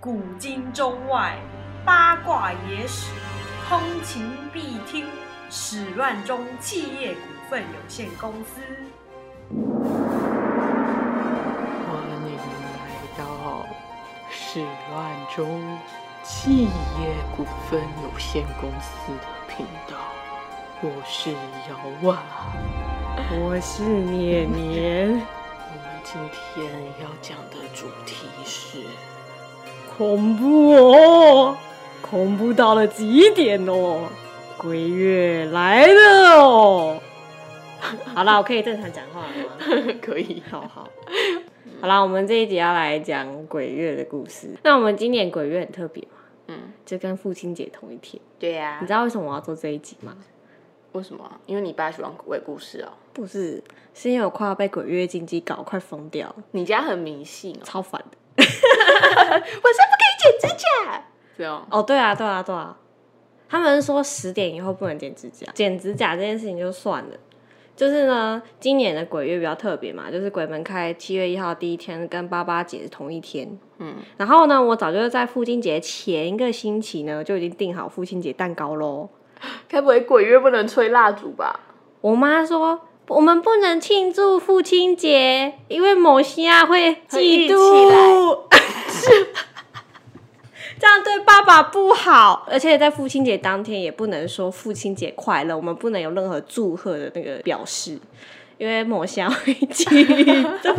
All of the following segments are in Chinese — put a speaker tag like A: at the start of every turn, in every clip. A: 古今中外，八卦野史，通勤必听。始乱终企业股份有限公司。
B: 欢迎来到始乱中企业股份有限公司的频道，我是姚万啊。
C: 我是年年，
B: 我们今天要讲的主题是，
C: 恐怖哦，恐怖到了极点哦，鬼月来了哦。 好啦，我可以正常讲话了吗？
B: 可以
C: 好好。好啦，我们这一集要来讲鬼月的故事。那我们今年鬼月很特别嘛，
B: 嗯，
C: 就跟父亲节同一天。
B: 对啊呀、
C: 你知道为什么我要做这一集吗？
B: 为什么啊？因为你爸喜欢鬼故事哦，
C: 不是，是因为我快要被鬼月经济搞快疯掉了，
B: 你家很迷信哦。
C: 超烦的。
B: 晚上不可以剪指甲，这样
C: 哦，对啊，对啊，对啊，他们说十点以后不能剪指甲，剪指甲这件事情就算了。就是呢，今年的鬼月比较特别嘛，就是鬼门开七月一号第一天跟八八节是同一天。
B: 嗯，
C: 然后呢，我早就在父亲节前一个星期呢就已经订好父亲节蛋糕喽。
B: 该不会鬼月不能吹蜡烛吧？
C: 我妈说我们不能庆祝父亲节，因为某些啊会嫉妒， 这样对爸爸不好。而且在父亲节当天也不能说父亲节快乐，我们不能有任何祝贺的那个表示，因为某些啊会 嫉妒。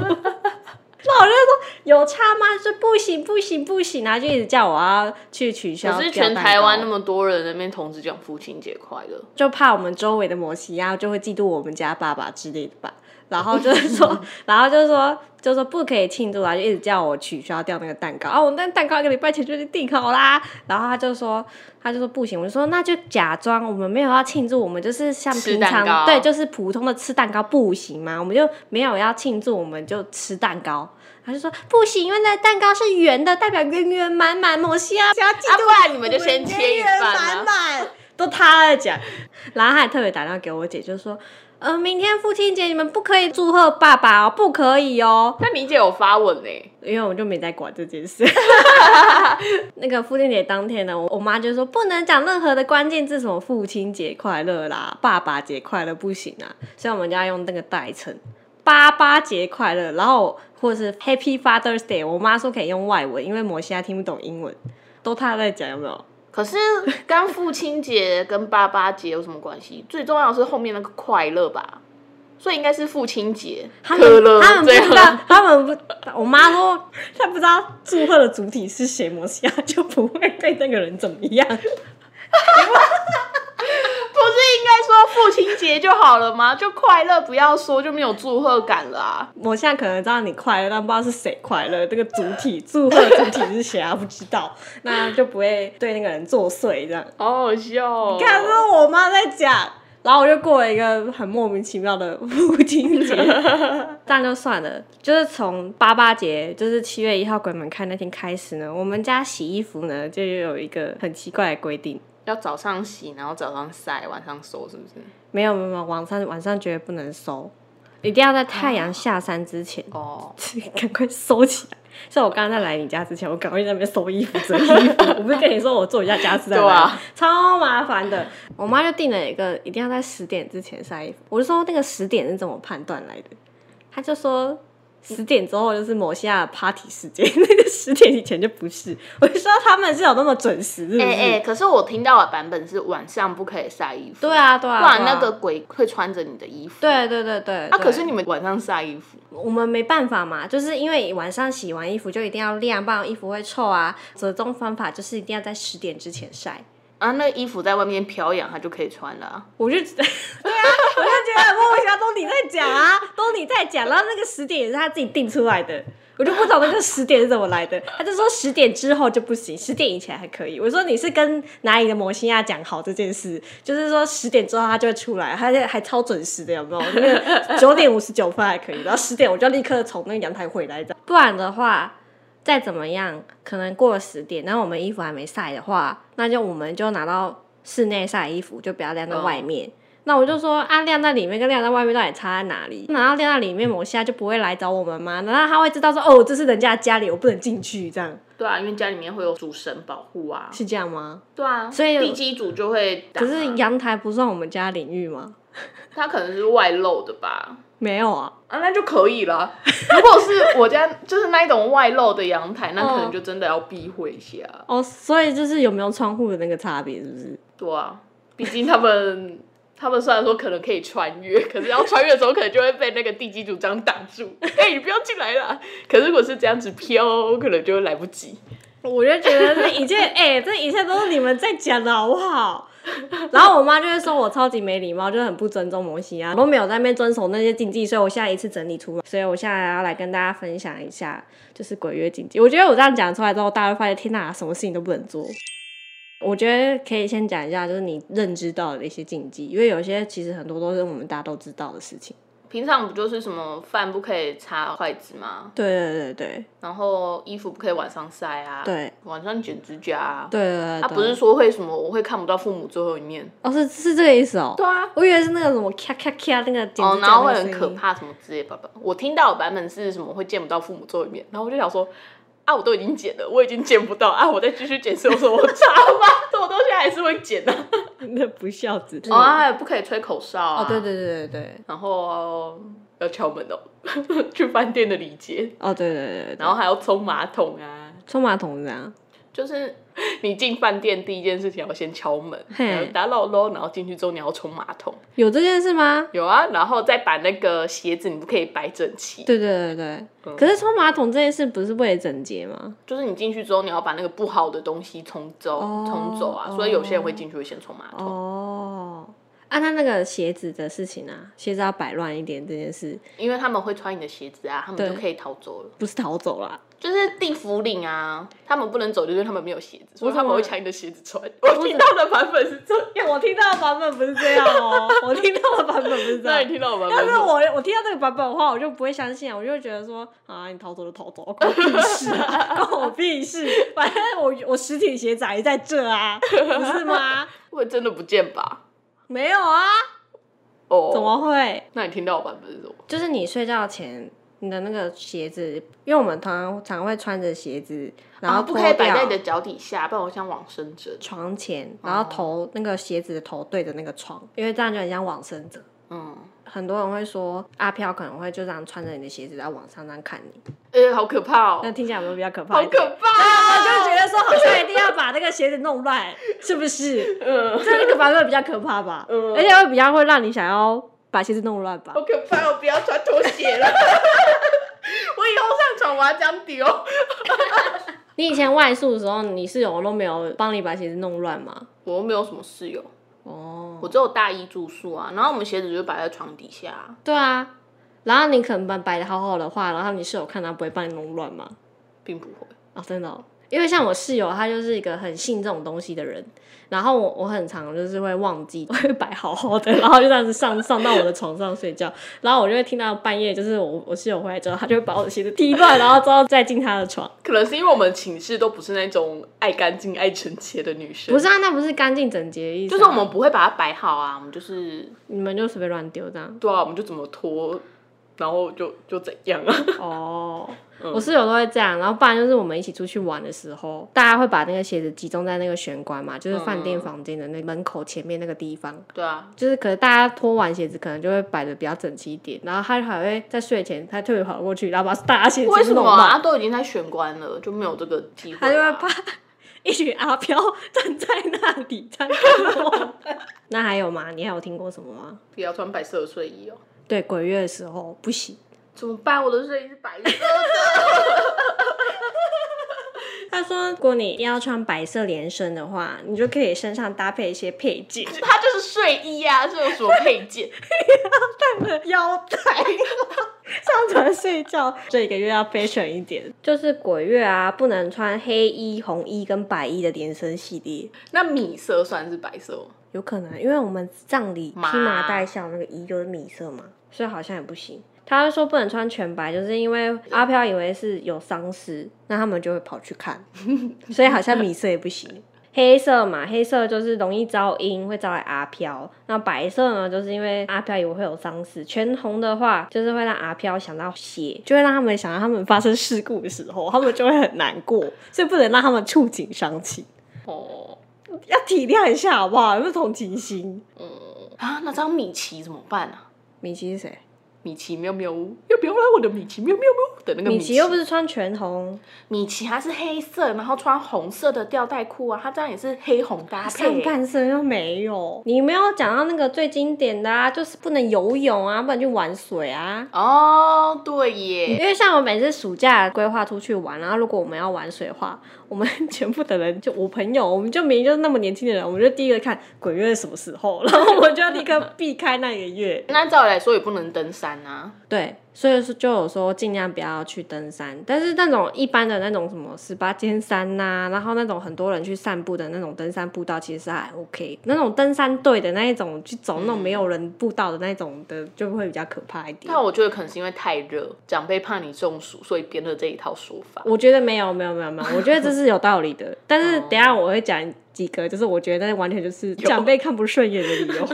C: 那我就说有差吗？就不行不行不行啊！就一直叫我要去取消。
B: 可是全台湾那
C: 么。
B: 么多人，那边同时讲父亲节快乐，
C: 就怕我们周围的摩西亚就会嫉妒我们家爸爸之类的吧。然后就是说， 然后就是说，就说不可以庆祝啦，啊就一直叫我取消掉那个蛋糕。哦，我那蛋糕一个礼拜前就已经订好啦。然后他就说，他就说不行。我就说那就假装我们没有要庆祝，我们就是像
B: 吃
C: 平
B: 蛋糕
C: 常对，就是普通的吃蛋糕不行吗？我们就没有要庆祝，我们就吃蛋糕。他就说不行，因为那蛋糕是圆的，代表圆圆满满，摩西亚要嫉
B: 啊
C: 妒
B: 不然你们就先切一半啊
C: 圆圆满满 都他在讲，然后他还特别打电话给我姐，就说：“呃，明天父亲节你们不可以祝贺爸爸哦，不可以哦。
B: 但你姐有发文欸呢、”
C: 因为我就没在管这件 事。那个父亲节当天呢，我我妈就说不能讲任何的关键字，什么父亲节快乐啦、爸爸节快乐不行啊，所以我们就要用那个代称“八八节快乐”，然后或是 “Happy Father's Day”。我妈说可以用外文，因为摩西亚听不懂英文，都她在讲，有没有？
B: 可是跟父亲节跟爸爸节有什么关系？最重要的是后面那个快乐吧，所以应该是父亲节
C: 他
B: 可
C: 们
B: 乐
C: 他们不
B: 这
C: 知道
B: 样。，
C: 他们不，我妈说她不知道祝贺的主体是谁，摩西亚就不会对那个人怎么 样。
B: 不是应该说父亲节就好了吗？就快乐不要说，就没有祝贺感了啊。
C: 摩西亚可能知道你快乐，但不知道是谁快乐，这个主体祝贺的主体是谁，他不知 道，那就不会对那个人作祟这样。
B: 好好笑、哦！
C: 看，这是我妈在讲。然后我就过了一个很莫名其妙的父亲 节，这样就算了。就是从八八节，就是七月一号鬼门开那天开始呢，我们家洗衣服呢就有一个很奇怪的规定，
B: 要早上洗，然后早上晒，晚上收，是不是？
C: 没有没有没有，晚上晚上绝对不能收，一定要在太阳下山之前，
B: 哦，
C: 赶快收起来。像我刚刚在来你家之前，我赶快在那边收衣服、折衣服。我不是跟你说我做一下家事在
B: 对啊
C: 超麻烦的。我妈就定了一个，一定要在十点之前晒衣服。我就说那个十点是怎么判断来的？她就说十点之后就是某些的 party 时间， 那个十点以前就不是。我就说他们是有那么准时，是不
B: 哎
C: 是？
B: 哎、可是我听到的版本是晚上不可以晒衣服，
C: 对啊，对啊，
B: 不然
C: 对啊
B: 那个鬼会穿着你的衣服。，啊
C: 对对对对。
B: 那、可是
C: 对
B: 你们晚上晒衣服，
C: 我们没办法嘛，就是因为晚上洗完衣服就一定要晾，不然衣服会臭啊。折中方法就是一定要在十点之前晒。
B: 啊，那衣服在外面飘扬，它就可以穿了啊。
C: 我就 对啊，我就觉得莫名其妙都你在讲啊，都你在讲，然后那个十点也是他自己定出来的，我就不懂那个十点是怎么来的。他就说十点之后就不行，十点以前还可以。我说你是跟哪里的摩西亚啊讲好这件事，就是说十点之后他就会出来，他还还超准时的，有没有？那个九点五十九分还可以，然后十点我就立刻从那个阳台回来的，不然的话。再怎么样，可能过了十点，然后我们衣服还没晒的话，那就我们就拿到室内晒衣服，就不要晾在外面。那我就说啊，晾在里面跟晾在外面到底差在哪里？难道晾在里面某虾就不会来找我们吗？难道他会知道说哦，这是人家的家里，我不能进去，这样
B: 对啊，因为家里面会有主神保护啊。
C: 是这样吗？
B: 对啊，
C: 所以
B: 地基主就会打啊。
C: 可是阳台不算我们家领域吗？
B: 它可能是外露的吧？
C: 没有啊，
B: 啊，那就可以 了。如果是我家就是那一种外露的阳台，那可能就真的要避讳一下。
C: 哦，所以就是有没有窗户的那个差别，是不是？
B: 对啊，毕竟他们 他们虽然说可能可以穿越， 可是要穿越的时候可能就会被那个地基主这样挡住。 哎、你不要进来啦！可是如果是这样子飘，可能就会来不及。
C: 我就觉得这一切，哎、这一切都是你们在讲的好不好？然后我妈就会说我超级没礼貌，就是很不尊重摩西啊，都没有在那边遵守那些禁忌，所以我现在一次整理出来，所以我现在要来跟大家分享一下，就是鬼月禁忌。我觉得我这样讲出来之后，大家会发现，天哪，什么事情都不能做。我觉得可以先讲一下，就是你认知到的一些禁忌，因为有些其实很多都是我们大家都知道的事情。
B: 平常不就是什么饭不可以插筷子吗？
C: 对对对对
B: 然后衣服不可以晚上晒啊，
C: 对，
B: 晚上剪指甲啊。
C: 对对对，
B: 他、不是说会什么我会看不到父母最后一面？
C: 哦，是是这个意思哦。
B: 对啊，
C: 我以为是那个什么咔咔咔那个剪指甲
B: 哦，然后会
C: 那个
B: 很可
C: 声音。
B: 怕什么之类吧吧。我听到的版本是什么会见不到父母最后一面，然后我就想说，啊，我都已经剪了，我已经见不到啊，我再继续剪是有什么差吗？ 这种东西还是会剪的、啊。
C: 那不孝子。
B: 哦，还有不可以吹口哨啊。
C: 哦，对。对对对对，
B: 然后要敲门哦， 去饭店的礼节，
C: 哦对对对对，
B: 然后还要冲马桶啊，
C: 冲马桶是这样，
B: 就是。 你进饭店第一件事情要先敲门，
C: 嘿
B: 然后打扰喽，然后进去之后你要冲马桶，
C: 有这件事吗？
B: 有啊，然后再把那个鞋子你不可以摆整齐，
C: 对对对对，
B: 嗯
C: 可是冲马桶这件事不是为了整洁吗？
B: 就是你进去之后，你要把那个不好的东西冲走、
C: 哦
B: 冲走啊，
C: 哦
B: 所以有些人会进去会先冲马桶，
C: 哦，啊，那那个鞋子的事情啊，鞋子要摆乱一点这件事，
B: 因为他们会穿你的鞋子啊，他们
C: 对
B: 就可以逃走了。
C: 不是逃走 啦。
B: 就是地府岭啊，他们不能走，就是因为他们没有鞋子，所以
C: 我怎么
B: 他们会抢你的鞋子穿。我听到的版本是这样，
C: 哎我听到的版本不是这样哦，我听到的版本不是这
B: 那
C: 样
B: 你。听到我版
C: 要
B: 本
C: 是
B: 吗？
C: 我我听到这个版本的话，我就不会相信啊，我就会觉得说啊，你逃走就逃走，关我屁事啊， 关我屁事，反正我我实体鞋仔也在这啊，不是吗？
B: 会真的不见吧？
C: 没有啊，
B: 哦，
C: 怎？么会？
B: 那你听到的版本是什么？
C: 就是你睡觉前，你的那个鞋子，因为我们通常常会穿着鞋子，然后
B: 啊不
C: 脱
B: 可以摆
C: 掉
B: 在你的脚底下，不然我像往生者。
C: 床前，然后头、那个鞋子的头对着那个床，因为这样就很像往生者。
B: 嗯，
C: 很多人会说阿飘可能会就这样穿着你的鞋子，然后往上这样看你，
B: 哎、好可怕
C: 那
B: 哦，
C: 听起来有没有比较可怕
B: 好
C: 一点？
B: 可怕、
C: 我就
B: 哦！
C: 觉得说好像一定要把那个鞋子弄乱，是不是？
B: 嗯，
C: 这那个版本比较可怕吧，
B: 嗯
C: 而且会比较会让你想要把鞋子弄乱吧
B: 好。可怕！我哦不要穿拖鞋了。 我以后上床我要这样丢。
C: 你以前外宿的时候，你室友都没有帮你把鞋子弄乱吗？
B: 我又没有什么室友，
C: 哦，
B: 我只有大一住宿啊。然后我们鞋子就摆在床底下啊，
C: 对啊，然后你可能摆摆的好好的话，然后你室友看到不会帮你弄乱吗？
B: 并不会。
C: 哦，真的、哦，因为像我室友，他就是一个很信这种东西的人，然后我我很常就是会忘记， 会摆好好的，然后就这样子上上到我的床上睡觉，然后我就会听到半夜，就是我我室友回来之后，他就会把我的鞋子踢乱，然后之后再进他的床。
B: 可能是因为我们寝室都不是那种爱干净、爱整洁的女生，
C: 不是啊，那不是干净整洁的意思啊、
B: 就是我们不会把它摆好啊，我们就是
C: 你们就随便乱丢这样。
B: 对啊，我们就怎么拖，然后就就怎样啊。
C: 哦，
B: 嗯
C: 我室友都会这样，然后不然就是我们一起出去玩的时候，大家会把那个鞋子集中在那个玄关嘛，就是饭
B: 嗯
C: 店房间的那门口前面那个地方。
B: 对啊，
C: 就是，可能大家脱完鞋子，可能就会摆的比较整齐一点，然后他还会在睡前，他特别跑过去，然后把大家鞋子
B: 为什
C: 弄
B: 么
C: 乱，
B: 啊？都已经在玄关了，就没有这个机会、
C: 他
B: 啊。
C: 就会怕 一群阿飘站在那里这样看我 们。那还有吗？你还有听过什么吗？
B: 不要穿白色的睡衣哦。
C: 对，鬼月的时候不行，
B: 怎么办？我的睡衣是白色的。
C: 他说，如果你一定要穿白色连身的话，你就可以身上搭配一些配件，
B: 它就是睡衣啊，是有什么配件？
C: 腰带。上床睡觉， 这一个月要 fashion 一点，就是鬼月啊，不能穿黑衣、红衣跟白衣的连身系列。
B: 那米色算是白色吗？
C: 有可能，因为我们葬礼披
B: 麻
C: 麻戴孝那个衣就是米色嘛，所以好像也不行。他说不能穿全白，就是因为阿 飘以为是有丧事，那他们就会跑去看，所以好像米色也不行。黑色嘛，黑色就是容易招阴，会招来阿飘。那白色呢，就是因为阿飘也会有丧事。全红的话，就是会让阿飘想到血，就会让他们想到他们发生事故的时候，他们就会很难过，所以不能让他们触景伤情，
B: 哦，
C: 要体谅一下好不好？有没有同情心？
B: 啊，那张米奇怎么办啊？
C: 米奇是谁？
B: 米奇喵喵屋，要不要来我的米奇喵喵喵的那个
C: 米
B: 奇
C: 奇又不是穿全红，
B: 米奇，他是黑色，然后穿红色的吊带裤啊，他这样也是黑红搭
C: 他
B: 配。
C: 上半身又没有。你没有讲到那个最经典的啊，就是不能游泳啊，不然就玩水啊。
B: 哦，对耶，
C: 因为像我每次暑假规划出去玩，然后如果我们要玩水的话，我们全部的人就我朋友，我们就明明就是那么年轻的人，我们就第一个看鬼月什么时候，然后我们就要立刻避开那个月。
B: 那照理来说也不能登山啊。
C: 对，所以说就有说尽量不要去登山，但是那种一般的那种什么十八尖山呐、然后那种很多人去散步的那种登山步道，其实还 OK。那种登山队的那一种去走那种没有人步道的那种的，就会比较可怕一点。
B: 但我觉得可能是因为太热，长辈怕你中暑，所以编了这一套说法。
C: 我觉得没有，没有，没有，没有。我觉得这是有道理的，但是等一下我会讲几个，就是我觉得完全就是长辈看不顺眼的理由。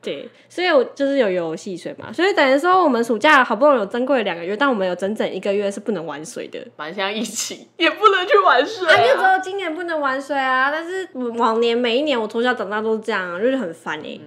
C: 对，所以我就是有游戏水嘛，所以等于说我们暑假好不容易有珍贵的两个月，但我们有整整一个月是不能玩水的。
B: 反正现在疫情也不能去玩水、
C: 啊，就只
B: 啊。
C: 有今年不能玩水啊！但是往年每一年我从小长大都是这样啊，就是很烦哎、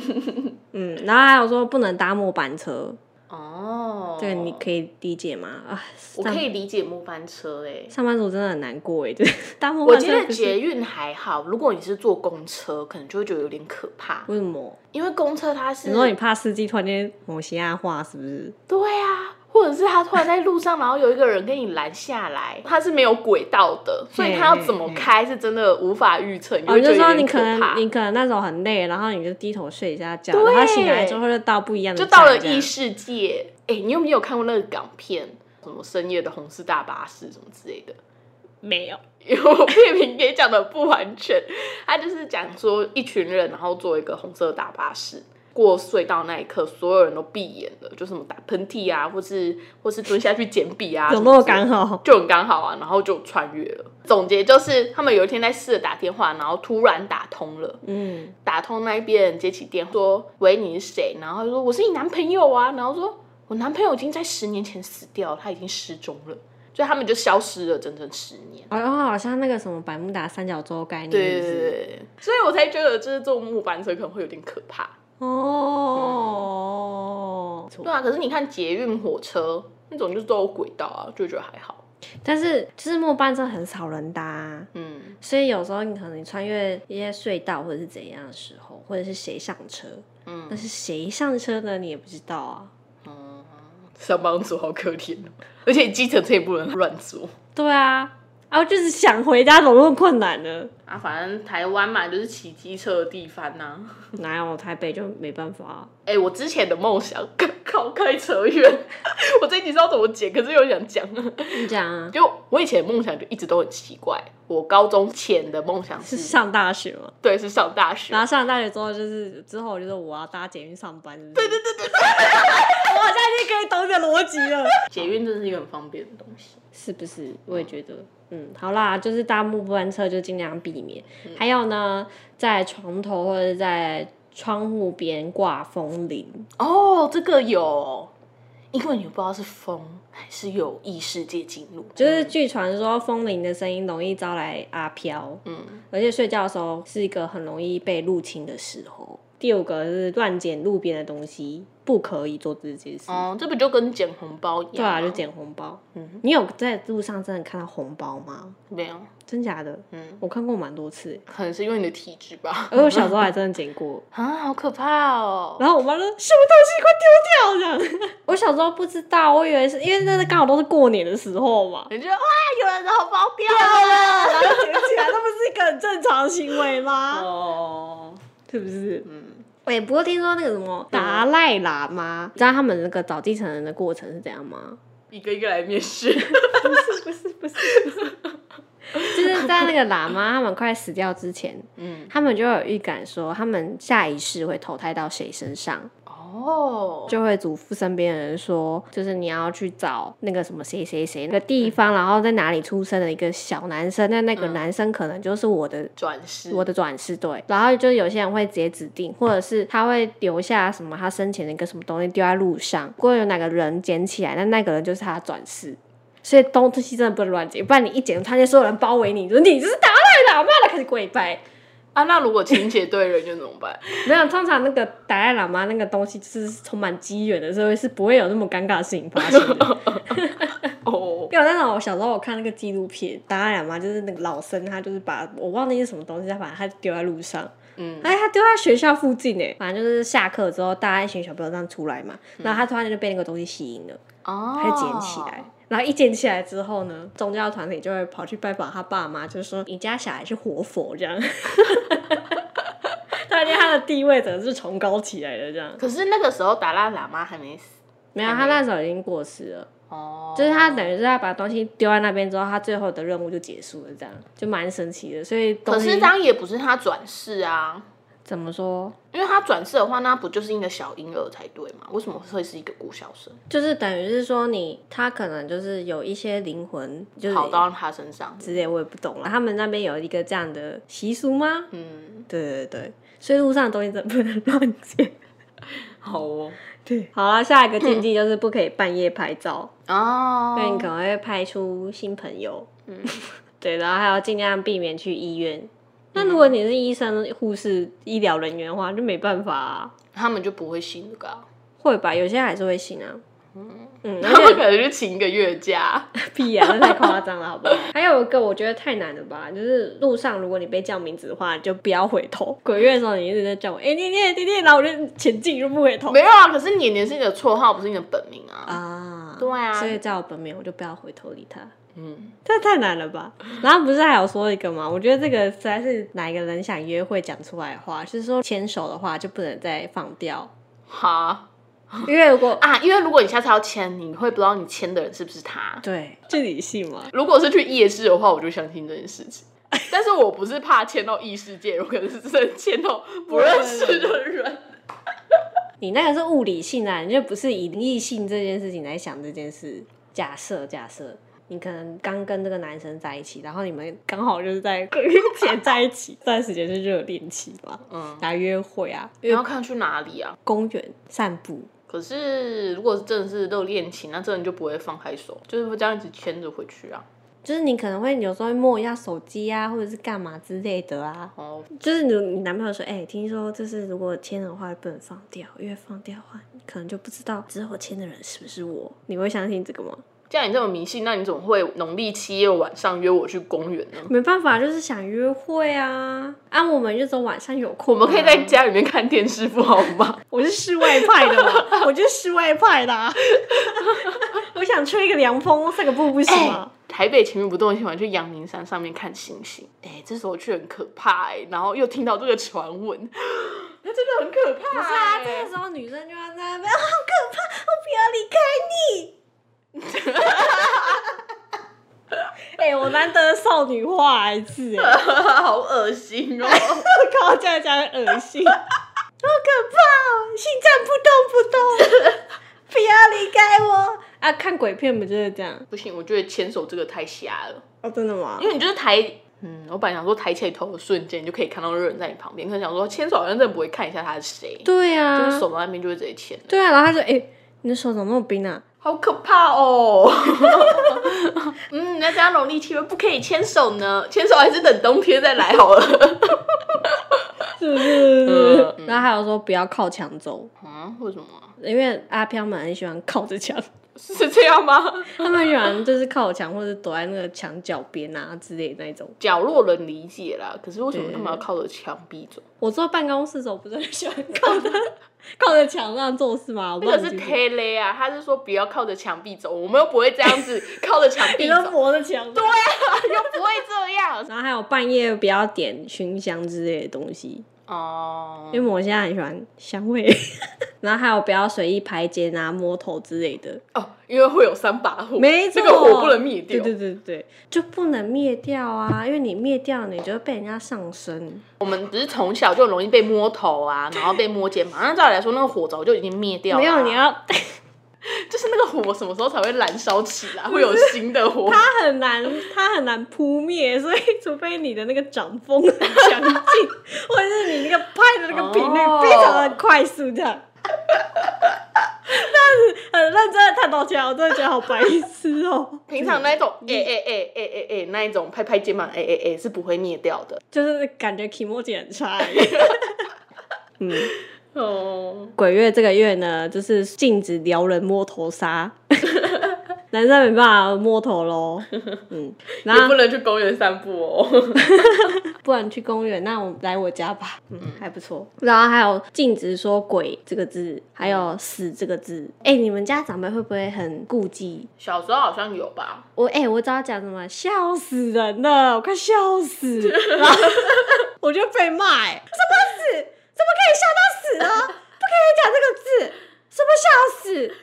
C: 嗯，然后还有说不能搭末班车，
B: 哦，
C: 这个你可以理解吗？啊，
B: 我可以理解末班车诶、
C: 上班族真的很难过哎、就是 搭末
B: 我
C: 班车
B: 觉得
C: 不是
B: 捷运还好，如果你是坐公车，可能就会觉得有点可怕，
C: 为什么？
B: 因为公车它是
C: 你说你怕司机突然间某些暗话是不是？
B: 对啊，或者是他突然在路上，然后有一个人给你拦下来，他是没有轨道的，所以他要怎么开是真的无法预测，你
C: 哦，
B: 会觉
C: 就
B: 得有
C: 说你
B: 点
C: 可
B: 可怕
C: 能。你可能那时候很累，然后你就低头睡一下觉，
B: 对
C: 然后醒来之后就到不一样的
B: 就
C: 站，
B: 到了
C: 这样
B: 异世界，哎、你有没有看过那个港片？什么深夜的红色大巴士什么之类的？
C: 没有。
B: 因为我片名给讲的不完全，他就是讲说一群人，然后坐一个红色的大巴士。过隧道那一刻，所有人都闭眼了，就什么打喷嚏啊，或是或是蹲下去捡笔啊，
C: 怎
B: 什么
C: 么
B: 之类的
C: 刚好？
B: 就很刚好啊，然后就穿越了。总结就是，他们有一天在试着打电话，然后突然打通了。
C: 嗯，
B: 打通那一边接起电话说：“喂，你是谁？”然后他说：“我是你男朋友啊。”然后说：“我男朋友已经在十年前死掉了，他已经失踪了。”所以他们就消失了整整十年。
C: 好像哦好像那个什么百慕达三角洲概念，
B: 对
C: 是不
B: 对
C: 是
B: 对对，所以我才觉得就是坐末班车可能会有点可怕。
C: 哦。
B: 对啊，可是你看捷运、火车那种就是都有轨道啊，就觉得还好。
C: 但是就是末班车很少人搭啊、
B: 嗯，
C: 所以有时候你可能穿越一些隧道或者是怎样的时候，或者是谁上车，
B: 嗯
C: 但是谁上车呢？你也不知道啊。
B: 上班族好可怜哦，而且计程车也不能乱坐。
C: 对啊，啊，我就是想回家，怎么那么困难呢？
B: 啊，反正台湾嘛，就是骑机车的地方呐、啊
C: 哪有台北就没办法、啊？
B: 哎、我之前的梦想， 靠，开扯远。 我这一集知道怎么剪，可是又想讲。
C: 你讲啊，
B: 就我以前的梦想就一直都很奇怪。我高中前的梦想
C: 是
B: 是，啊
C: 上大学嘛？
B: 对，是上大学
C: 然。后上大学之后，就是之后我就说我要搭捷运上班，是不是？对对对对 我好像已经可以懂你的逻辑了，
B: 捷运真是一个很方便的东西。
C: 是不是？我也觉得，嗯，好啦，就是搭末班车就尽量避免。
B: 嗯
C: 还有呢，在床头或者在窗户边挂风铃，
B: 哦，这个有，因为你不知道是风还是有异世界进入，
C: 就是据传说风铃的声音容易招来阿飘，
B: 嗯，
C: 而且睡觉的时候是一个很容易被入侵的时候。第五个是乱捡路边的东西，不可以做这件事。
B: 哦，这不就跟捡红包一样吗？
C: 对啊，就捡红包。
B: 嗯
C: 你有在路上真的看到红包吗？
B: 没有，
C: 真假的？
B: 嗯，
C: 我看过蛮多 次欸，
B: 可能是因为你的体质吧。
C: 而我小时候还真的捡过。
B: 啊，好可怕哦！
C: 然后我妈说什么东西快丢掉这样。 我小时候不知道，我以为是因为那刚好都是过年的时候嘛，
B: 你觉得哇，有人的红包掉啊了。
C: 然后捡起来，那不是一个很正常的行为 吗？
B: 哦，
C: 是不是？
B: 嗯，
C: 哎、不过听说那个什么达赖喇嘛，你知道他们那个找继承人的过程是怎样吗？
B: 一个一个来面试。
C: 不是不是不是，就是在那个喇嘛他们快死掉之前，
B: 嗯，
C: 他们就有预感说他们下一世会投胎到谁身上，
B: 哦，
C: 就会嘱咐身边的人说，就是你要去找那个什么谁谁谁那个地方，然后在哪里出生的一个小男生，那那个
B: 嗯
C: 男生可能就是我的。
B: 转世，
C: 我的转世对，然后就有些人会直接指定，或者是他会留下什么他生前的一个什么东西丢在路上，如果有哪个人捡起来，那那个人就是他的转世。所以东西真的不能乱捡，不然你一捡，他就所有人包围你，说你这是打来喇嘛的，开始跪拜。
B: 啊，那如果情节对了，你就怎么办？
C: 没有，通常那个达赖喇嘛那个东西就是充满机缘的，所以是不会有那么尴尬的事情发生的。
B: 哦，
C: 有那种我小时候我看那个纪录片，达赖喇嘛就是那个老僧，他就是把我忘记是什么东西，他把它丢在路上，
B: 嗯，
C: 哎，他丢在学校附近哎，反正就是下课之后，大家一群小朋友这样出来嘛，然后他突然就被那个东西吸引了，
B: 嗯哦
C: 他就捡起来。然后一捡起来之后呢，宗教团体就会跑去拜访他爸妈，就是说你家小孩是活佛这样。 他觉得他的地位整个是崇高起来的这样。
B: 可是那个时候达赖喇嘛还没死
C: 没有，他那时候已经过世了，
B: 哦，
C: 就是他等于是他把东西丢在那边之后，他最后的任务就结束了，这样就蛮神奇的。所以东
B: 可是
C: 西
B: 这样也不是他转世啊，
C: 怎么说，
B: 因为他转世的话，那不就是一个小婴儿才对吗？为什么会是一个孤小生
C: 就是等于是说你他可能就是有一些灵魂就是
B: 跑到他身上？
C: 之类，我也不懂了。他们那边有一个这样的习俗吗？
B: 嗯，
C: 对对对，所以路上的东西真的不能乱捡。
B: 好哦，
C: 对，好了，下一个禁忌就是不可以半夜拍照，
B: 哦
C: 因，为你可能会拍出新朋友。嗯， 对，然后还要尽量避免去医院。那如
B: 嗯
C: 果你是医生、护士、医疗人员的话，就没办法、啊，
B: 他们就不会信这个 啊、
C: 会吧？有些还是会信啊。嗯，
B: 他们
C: 而
B: 可能就请一个月 假。
C: 且屁啊，这太夸张了，好 不好？还有一个我觉得太难了吧，就是路上如果你被叫名字的话，就不要回头。鬼月的时候你一直在叫我，哎、念念念念，然后我就前进就不回头
B: 没有啊，可是年年是你的绰号，不是你的本名啊。
C: 啊。
B: 对啊
C: 所以叫我本名，我就不要回头理他。
B: 嗯，
C: 这太难了吧？然后不是还有说一个吗？我觉得这个实在是哪一个人想约会讲出来的话，就是说牵手的话就不能再放掉，
B: 好
C: 因为如果
B: 啊，因为如果你下次要签，你会不知道你签的人是不是他。
C: 对，这理性嘛。
B: 如果是去夜市的话，我就相信这件事情。但是我不是怕签到异世界，我可能是真的签到不认识的人。
C: 你那个是物理性啊，你就不是以异性这件事情来想这件事。假设假设，你可能刚跟这个男生在一起，然后你们刚好就是在 跟前在一起，这段时间是热恋期嘛，
B: 嗯，
C: 来约会啊，
B: 你要看去哪里啊？
C: 公园散步，
B: 可是如果是真的是热恋期，那真的就不会放开手，就是会这样一直牵着回去啊。
C: 就是你可能会有时候会摸一下手机啊，或者是干嘛之类的啊。
B: 哦，
C: 就是你你男朋友说，哎、听说就是如果签的话不能放掉，因为放掉的话，你可能就不知道之后签的人是不是我，你会相信这个吗？
B: 既然你这么迷信，那你怎么会农历七月晚上约我去公园呢？
C: 没办法，就是想约会啊，啊，我们就走晚上有
B: 我
C: 空、
B: 们可以在，家里面看电视，不好吗？
C: 我是室外派的嘛，我就是室外派的、啊， 我想吹个凉风，散个步不行啊吗？
B: 台北情侣不动很喜欢去阳明山上面看星星，哎、这时候去很可怕哎、然后又听到这个传闻，那真的很可怕、
C: 不是啊，这
B: 哎
C: 个时候女生就要在那边，啊好可怕，我不要离开你。 哎、我难得少女化一次，哎，
B: 好恶心哦！
C: 我靠，这样讲很恶心， 好可怕、哦，心脏扑 通扑通，不要离开我啊！看鬼片不就是这样？
B: 不行，我觉得牵手这个太瞎了，
C: 哦，真的吗
B: 因？为你就是抬，嗯，我本来想说抬起头的瞬间，你就可以看到那个人在你旁边，可能想说牵手好像真的不会看一下他是谁，
C: 对呀、
B: 就是
C: 啊，
B: 手在那边就会直接牵了，
C: 对啊，然后他说，哎、你的手怎么那么冰啊？
B: 好可怕哦！ 嗯，那这样农历七月不可以牵手呢，牵手还是等冬天再来好了。
C: 是不是？
B: 嗯
C: 然后还有说不要靠墙走，
B: 啊？为什么啊？
C: 因为阿飘们很喜欢靠着墙。
B: 是这样吗？
C: 他们喜欢就是靠墙或者躲在那个墙角边啊之类的那种。
B: 角落能理解啦，可是为什么
C: 对
B: 他们要靠着墙壁走？
C: 我坐办公室的时候不是很喜欢靠着 靠着墙上做事吗？我不
B: 那
C: 知道
B: 个是
C: 你记不记
B: tele 啊，他是说不要靠着墙壁走，我们又不会这样子靠着墙
C: 得
B: 壁
C: 你都
B: 走，
C: 磨着墙。对。啊
B: 又不会这样。
C: 然后还有半夜不要点熏香之类的东西，
B: 哦，
C: 因为我现在很喜欢香味， 然后还有不要随意排解拿摸头之类的，
B: 哦，因为会有三把火，
C: 没
B: 这
C: 错，
B: 哦个火不能灭
C: 对
B: 掉。
C: 对对对，就不能灭掉啊，因为你灭掉，你就会被人家上身。
B: 我们只是从小就很容易被摸头啊，然后被摸肩膀。那照理来说，那个火早就已经灭掉了、
C: 没有，你，要
B: 就是那个火什么时候才会燃烧起来，会有新的火？
C: 它很难，它很难扑灭，所以除非你的那个掌风很强劲，或者是你那个拍的那个频率
B: 哦
C: 非常的快速，这样。但是很呃认真的探讨起来，我真的觉得好白痴哦、
B: 平常那一种哎哎哎哎哎哎那一种拍拍肩膀哎哎哎是不会灭掉的。
C: 就是感觉 e m o j i 很差而已。嗯，
B: 哦，
C: 鬼月这个月呢，就是禁止撩人摸头杀，男生没办法摸头喽。嗯，然
B: 也
C: 后
B: 不能去公园散步哦。
C: 不然去公园，那我们来我家吧，嗯，还不错。然后还有禁止说“鬼”这个字，还有“死”这个字。哎、你们家长辈会不会很顾忌？
B: 小时候好像有吧，
C: 我哎、我知道讲什么，笑死人了，我快笑死， 然后我就被骂、欸，怎么死？怎么可以笑到死呢？不可以讲这个字，什么笑死？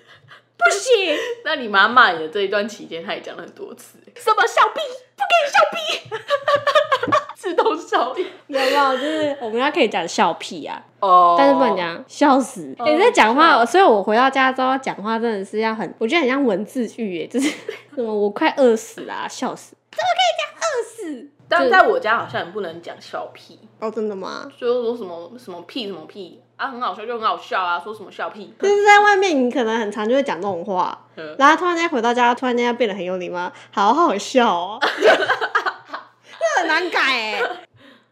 C: 不行，
B: 那你妈骂你的这一段期间，她也讲了很多次，什么笑逼，不给你笑逼， 自动消音。
C: 有没有？就是我们家可以讲笑屁啊，
B: 哦
C: 但是不能。讲笑死。欸
B: 哦
C: 你、在讲话，所以我回到家之后讲话真的是要很，我觉得很像文字狱欸耶，就是 什么我快饿死啦、笑死，怎么可以讲饿死？
B: 但在我家好像也不能讲笑屁，
C: 哦，真的吗？
B: 就是说什么什么屁什么屁啊，很好笑就很好笑啊，说什么笑屁。
C: 就是在外面，你可能很常就会讲这种话，
B: 嗯
C: 然后突然间回到家，突然间要变得很有礼貌，好好笑哦，这很难改哎。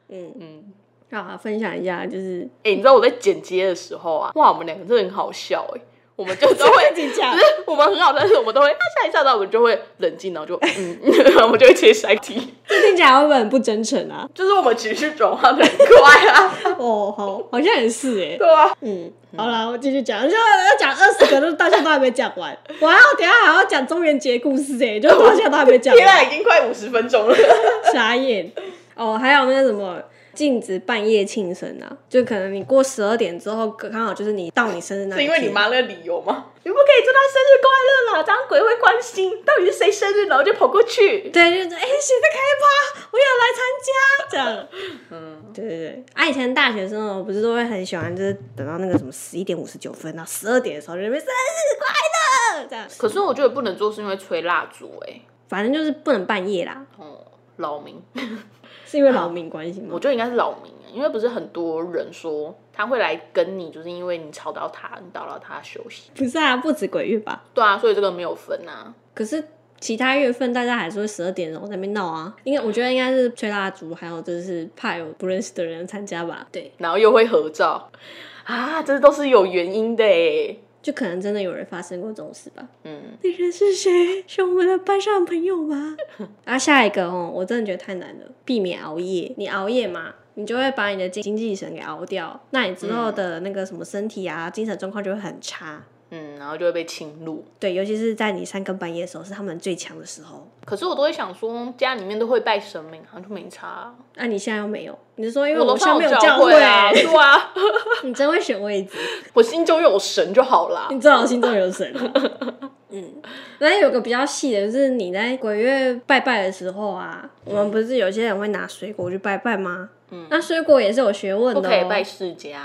C: 嗯，
B: 嗯，
C: 好好分享一下，就是
B: 哎、你知道我在剪接的时候啊，哇，我们两个真的很好笑哎、我们就都 会
C: 自己讲
B: 不，是我们很好，但是我们都会啊笑一笑，然后我们就会冷静，然后就嗯， 然后我们就会切下一题。
C: 这听起来会不会很不真诚啊？
B: 就是我们情绪转换的很快啊，
C: 哦，好，好像也是哎。
B: 对啊，
C: 嗯，好啦，我继续讲，就要讲二十个，都到现在都还没讲 完。我还要等一下还要讲中元节故事哎、就到现在都还没讲
B: 天 啊，
C: 完，
B: 已经快五十分钟了。
C: 傻眼。哦，还有那个什么禁止半夜庆生啊，就可能你过十二点之后，刚好就是你到你生日那一
B: 是因为你
C: 天
B: 妈那个理由吗？你不可以祝他生日快乐啦，这样鬼会关心到底是谁生日，然后就跑过去。
C: 对，就是哎，谁、在开趴？我也要来参加，这样。嗯，对对对。啊，以前大学生哦，不是都会很喜欢，就是等到那个什么十一点五十九分到啊十二点的时候，就在那边生日快乐这样。
B: 可是我觉得不能做，是因为吹蜡烛哎、
C: 反正就是不能半夜啦，
B: 哦，扰民，
C: 是因为劳民关系吗
B: 我？觉得应该是扰民、欸，因为不是很多人说他会来跟你，就是因为你吵到他，你打扰他休息。
C: 不是啊，不止鬼月吧？
B: 对啊，所以这个没有分啊。
C: 可是其他月份大家还是会十二点然后在那边闹啊。应该我觉得应该是吹蜡烛，还有就是怕有不认识的人参加吧。对，
B: 然后又会合照啊，这都是有原因的哎、
C: 就可能真的有人发生过这种事吧。
B: 嗯，
C: 那人是谁？是我们的班上朋友吗？ 啊，下一个哦，我真的觉得太难了，避免熬夜。你熬夜嘛，你就会把你的经精气神给熬掉，那你之后的那个什么身体啊、精神状况就会很差。
B: 嗯，然后就会被侵入。
C: 对，尤其是在你三更半夜的时候，是他们最强的时候。
B: 可是我都会想说，家里面都会拜神明，好像就没差啊、
C: 那、你现在又没有，你是说因为
B: 我
C: 我
B: 楼
C: 现在
B: 上
C: 没有
B: 教
C: 会，
B: 啊， 对啊，
C: 你真会选位置，
B: 我心中有神就好啦。
C: 你最好心中有神 啊、嗯，那有个比较细的，就是你在鬼月拜拜的时候啊，我们不是有些人会拿水果去拜拜吗？
B: 嗯
C: 那水果也是有学问
B: 不
C: 的、哦。
B: 可以拜释迦，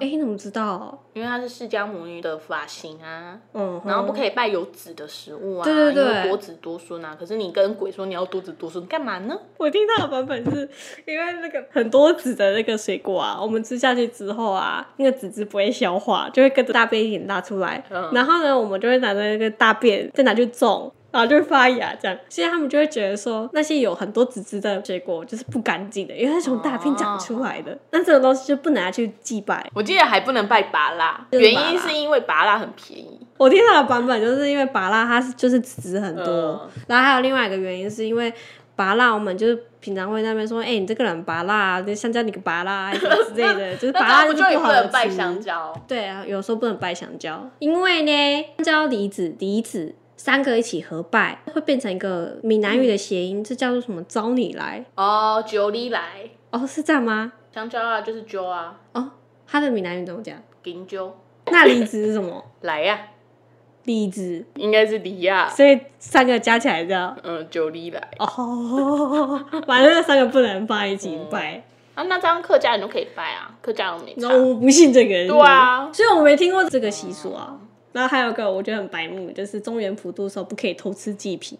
C: 哎、你怎么知道？
B: 因为它是释迦母女的发型啊。
C: 嗯，
B: 然后不可
C: 以。
B: 以拜有籽的食物啊，
C: 对对对
B: 因为多子多孙啊。可是你跟鬼说你要多子多孙，干嘛呢？
C: 我听到的版本是因为那个很多籽的那个水果啊，我们吃下去之后啊，那个籽汁不会消化，就会跟着大便一起拉出来。
B: 嗯
C: 然后呢，我们就会拿着那个大便再拿去种。然后就会发芽，这样，所以他们就会觉得说，那些有很多籽汁的水果就是不干净的，因为它是从大便长出来的。那这种东西就不能拿去祭拜。
B: 我记得还不能拜拔蜡，
C: 就是
B: 原
C: 拔蜡
B: 因是因为拔蜡很便宜。
C: 我听到的版本就是因为拔蜡它是就是籽汁很多，
B: 嗯
C: 然后还有另外一个原因是因为拔蜡，我们就是平常会在那边说，哎、你这个人拔蜡，啊你香蕉你个拔蜡啊什么之类 的，就是
B: 那
C: 拔
B: 这样
C: 蜡
B: 不
C: 就是
B: 就也
C: 好
B: 不能拜
C: 吃
B: 香。蕉？
C: 对啊，有时候不能拜香蕉，因为呢，香蕉、梨子、梨子三个一起合拜，会变成一个闽南语的谐音，这叫做什么？招你来
B: 哦，九里来，
C: 哦，是这样吗？
B: 香蕉啊就是揪啊，
C: 哦，它的闽南语怎么讲？
B: 银揪
C: 那梨子是什么？
B: 来呀、
C: 梨子，
B: 应该是梨呀、
C: 所以三个加起来这样。
B: 嗯，九梨来
C: 哦，反正那三个不能放一起拜。
B: 啊，那张客家人都可以拜啊，客家人没差
C: 然。后我不信这个，
B: 对啊哦
C: 所以我没听过这个习俗啊。然后还有一个我觉得很白目，就是中原普渡的时候不可以偷吃祭 品，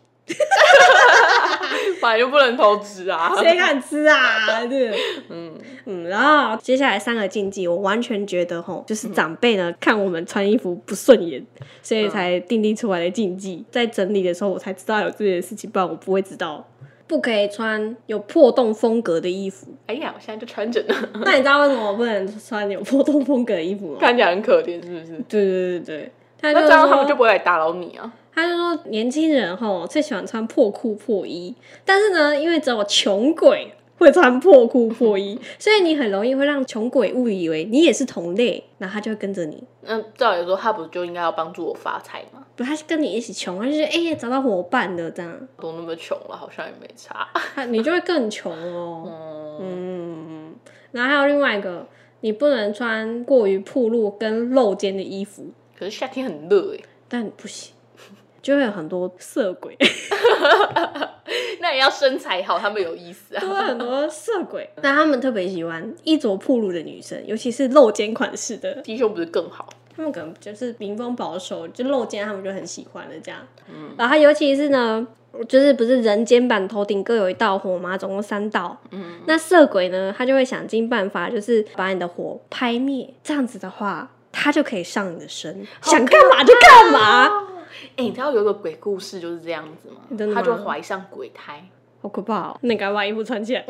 B: 本来就不能投资啊。
C: 谁敢吃啊？对，
B: 嗯，
C: 嗯，然后接下来三个禁忌，我完全觉得吼，就是长辈
B: 嗯
C: 呢、看我们穿衣服不顺眼，所以才定定出来的禁忌。
B: 嗯
C: 在整理的时候，我才知道有这件事情，不然我不会知道。不可以穿有破洞风格的衣服。
B: 哎呀，我现在就穿着呢，
C: 那你知道为什么我不能穿有破洞风格的衣服吗？
B: 看起来很可怜，是不是？
C: 对对对对，他就
B: 那这样他们
C: 说
B: 就不会来打扰你啊。
C: 他就说年轻人吼最喜欢穿破裤破衣，但是呢，因为只有穷鬼会穿破裤破 衣，所以你很容易会让穷鬼误以为你也是同类，然后他就会跟着你。
B: 那照理说，他不就应该要帮助我发财吗？
C: 不，他是跟你一起穷，他就是哎、找到伙伴的这样，
B: 都那么穷了，好像也没差。
C: 他啊你就会更穷哦。
B: 嗯，
C: 嗯，然后还有另外一个，你不能穿过于暴露跟露肩的衣服，
B: 可是夏天很热哎、
C: 但不行，就会有很多色鬼。
B: 那也要身材好，他们有意思啊。
C: 多很多色鬼，但他们特别喜欢衣着暴露的女生，尤其是露肩款式的，
B: 低胸不是更好？
C: 他们可能就是民风保守，就露肩他们就很喜欢的这样。然后尤其是呢，就是不是人肩膀头顶各有一道火吗？总共三道。
B: 嗯，
C: 那色鬼呢，他就会想尽办法，就是把你的火拍灭，这样子的话。他就可以上你的身，想干嘛就干嘛，
B: 哎、你知道有一个鬼故事就是这样子吗
C: 真的？吗
B: 他就怀上鬼胎，
C: 好可怕哦！那你赶快把衣服穿起来。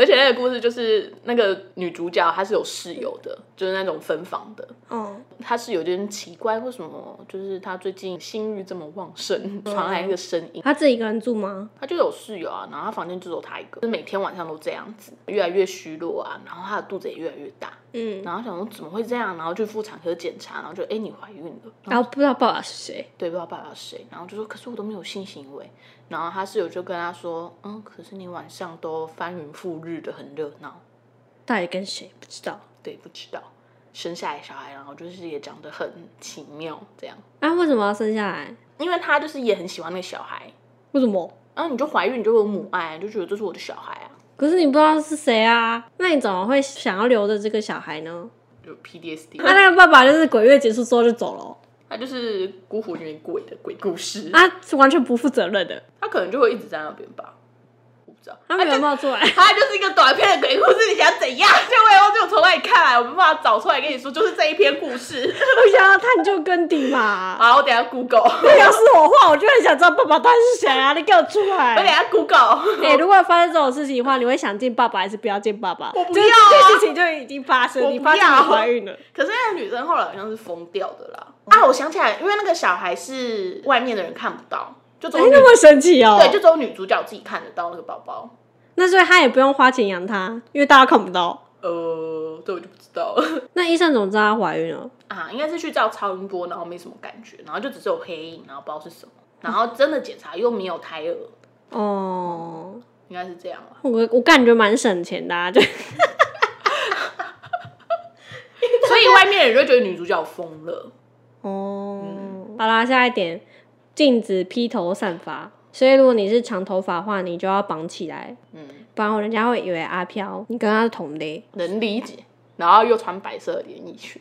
B: 而且那个故事就是那个女主角她是有室友的，就是那种分房的。
C: 哦，
B: 她室友有点奇怪，为什么就是她最近性欲这么旺盛，传来一个声音。
C: 他自己一个人住吗？
B: 她就有室友啊，然后她房间就只有她一个，就是每天晚上都这样子，越来越虚弱啊，然后她的肚子也越来越大，
C: 嗯，
B: 然后想说怎么会这样，然后去妇产科检查，然后就哎、诶你怀孕了，然后
C: 然后不知道爸爸是谁。
B: 对，不知道爸爸是谁，然后就说可是我都没有性行为，然后他室友就跟他说，嗯，可是你晚上都翻云覆日的很热闹，
C: 到底跟谁不知道？
B: 对，不知道生下来小孩，然后就是也长得很奇妙这样，
C: 啊，为什么要生下来？
B: 因为他就是也很喜欢那个小孩，
C: 为什么？
B: 然啊后你就怀孕你就有母爱，你就觉得这是我的小孩啊，
C: 可是你不知道是谁啊？那你怎么会想要留着这个小孩呢？啊
B: 就 PDSD，
C: 那、那个爸爸就是鬼月结束之后就走了哦、
B: 他就是孤魂野鬼的鬼故 事，
C: 啊，是完全不负责任的，
B: 他可能就会一直在那边吧，我不知道，
C: 他没有冒出来。
B: 它就是一个短片的鬼故事，你想怎样？ 所以我也忘记我从哪里看来，我没办法找出来跟你说，就是这一篇故事。
C: 我想要探究根底嘛。
B: 好，我等一下 Google，我
C: 那要是我的话，我就很想知道爸爸到底是谁啊！你给我出 来！
B: 等一下 Google。
C: 哎、如果发生这种事情的话，你会想见爸爸还是不要见爸爸？我
B: 不
C: 这
B: 要啊
C: 这件事情就已经发
B: 我
C: 生，
B: 不
C: 你发现
B: 要
C: 你怀孕了。
B: 可是那个女生后来好像是疯掉的啦。啊，我想起来，因为那个小孩是外面的人看不到，就只
C: 哎、
B: 有女、
C: 那么神奇哦、
B: 对，就只有女主角自己看得到那个宝宝。
C: 那所以他也不用花钱养他，因为大家看不到。
B: 呃，这我就不知道了
C: 那医生怎么知道她怀孕了？
B: 啊，应该是去照超音波，然后没什么感觉，然后就只是有黑影，然后不知道是什么，然后真的检查又没有胎儿，
C: 哦，
B: 应该是这样啦。
C: 我我感觉蛮省钱的、啊，就
B: 所以外面的人就觉得女主角疯了。
C: 哦。 好啦，下一点，禁止披头散发。所以如果你是长头发的话，你就要绑起来，
B: 嗯，
C: 不然人家会以为阿飘你跟他是同类。
B: 能理解。然后又穿白色的连衣裙，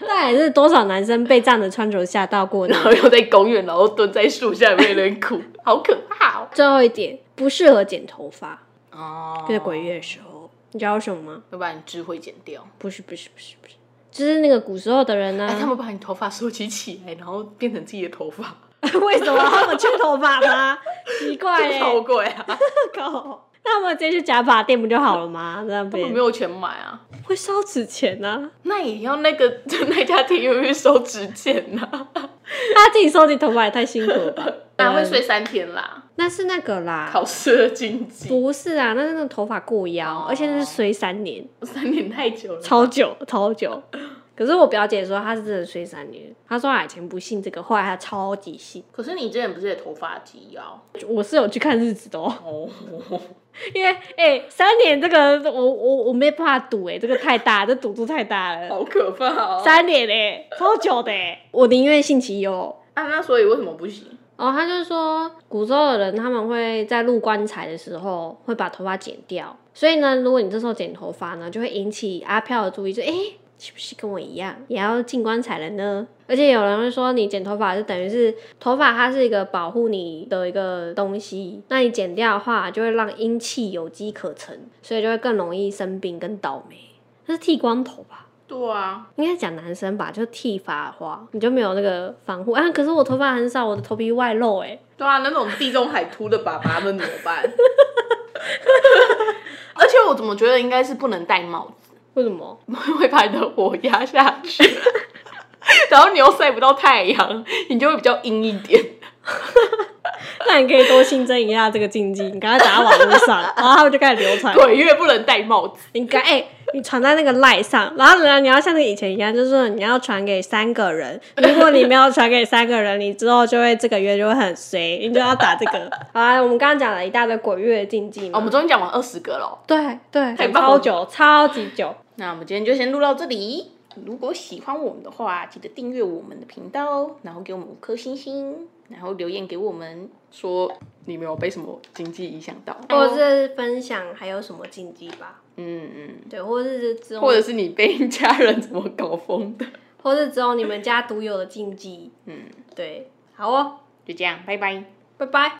C: 那也是多少男生被这样的穿着吓到过呢
B: 然？后又在公园，然后蹲在树下面人哭，好可怕哦！
C: 最后一点，不适合剪头发，
B: 哦
C: 就是鬼，月的时候。你知道为什么吗？
B: 要把你智慧剪掉。
C: 不是不是不是不是，就是那个古时候的人呢、
B: 哎、他们把你头发收集起来，然后变成自己的头发，
C: 为什么他们缺头发吗？ 奇怪、欸，
B: 超贵啊！
C: 搞。那我们直接去假发店不就好了吗？在那
B: 我
C: 边
B: 没有钱买啊，
C: 会烧纸钱啊呢、
B: 那也要那个那家庭院去收纸钱呐、啊，
C: 他自己收集头发也太辛苦 了吧？
B: 哪啊会睡三天啦？
C: 那是那个啦，
B: 考试的经济，
C: 不是啊，那是那个头发过腰，
B: 哦
C: 而且是随三年，
B: 三年太久了，
C: 超久超久。可是我表姐说她是真的睡三年，她说她以前不信这个，后来她超级信。
B: 可是你之前不是也头发及腰？
C: 我是有去看日子的哦，
B: 哦，
C: 因为哎、三年这个我我我没办法赌哎、这个太大，这赌注太大了，
B: 好可怕哦！
C: 三年哎、超久的哎、我宁愿信其有。
B: 啊，那所以为什么不行？
C: 哦，他就说古时候的人他们会在入棺材的时候会把头发剪掉，所以呢，如果你这时候剪头发呢，就会引起阿飘的注意，就诶，是不是跟我一样也要进棺材了呢？而且有人会说，你剪头发就等于是头发，它是一个保护你的一个东西。那你剪掉的话，就会让阴气有机可乘，所以就会更容易生病跟倒霉。这是剃光头吧？
B: 对啊，
C: 应该讲男生吧，就剃发的话，你就没有那个防护啊。可是我头发很少，我的头皮外露、欸，
B: 对啊，那种地中海秃的爸爸们怎么 办？而且我怎么觉得应该是不能戴帽子，
C: 为什么？
B: 会把你的火压下去，啊 然后你又晒不到太阳，你就会比较阴一点。
C: 那你可以多新增一下这个禁忌，你赶快打到网络 上，然后他们就开始流传。
B: 鬼月不能戴帽子，
C: 你赶哎、你传在那个赖上，然后呢，你要像你以前一样，就是说你要传给三个 人。如果你没有传给三个人，你之后就会这个月就会很衰，你就要打这 个。好啊，我们刚刚讲了一大堆鬼月的禁忌
B: 哦
C: 嘛，
B: 我们终于讲完二十个了哦。
C: 对对，
B: 太棒了
C: 超久，超级久。
B: 那我们今天就先录到这里。如果喜欢我们的话，记得订阅我们的频道哦，然后给我们五颗星星，然后留言给我们说你没有被什么经济影响到，
C: 或者是分享还有什么禁忌吧？
B: 嗯嗯，
C: 对，或者是只有
B: 或者是你被你家人怎么搞疯的，
C: 或是只有你们家独有的禁忌。
B: 嗯，
C: 对，好哦，
B: 就这样，拜拜。
C: 拜拜。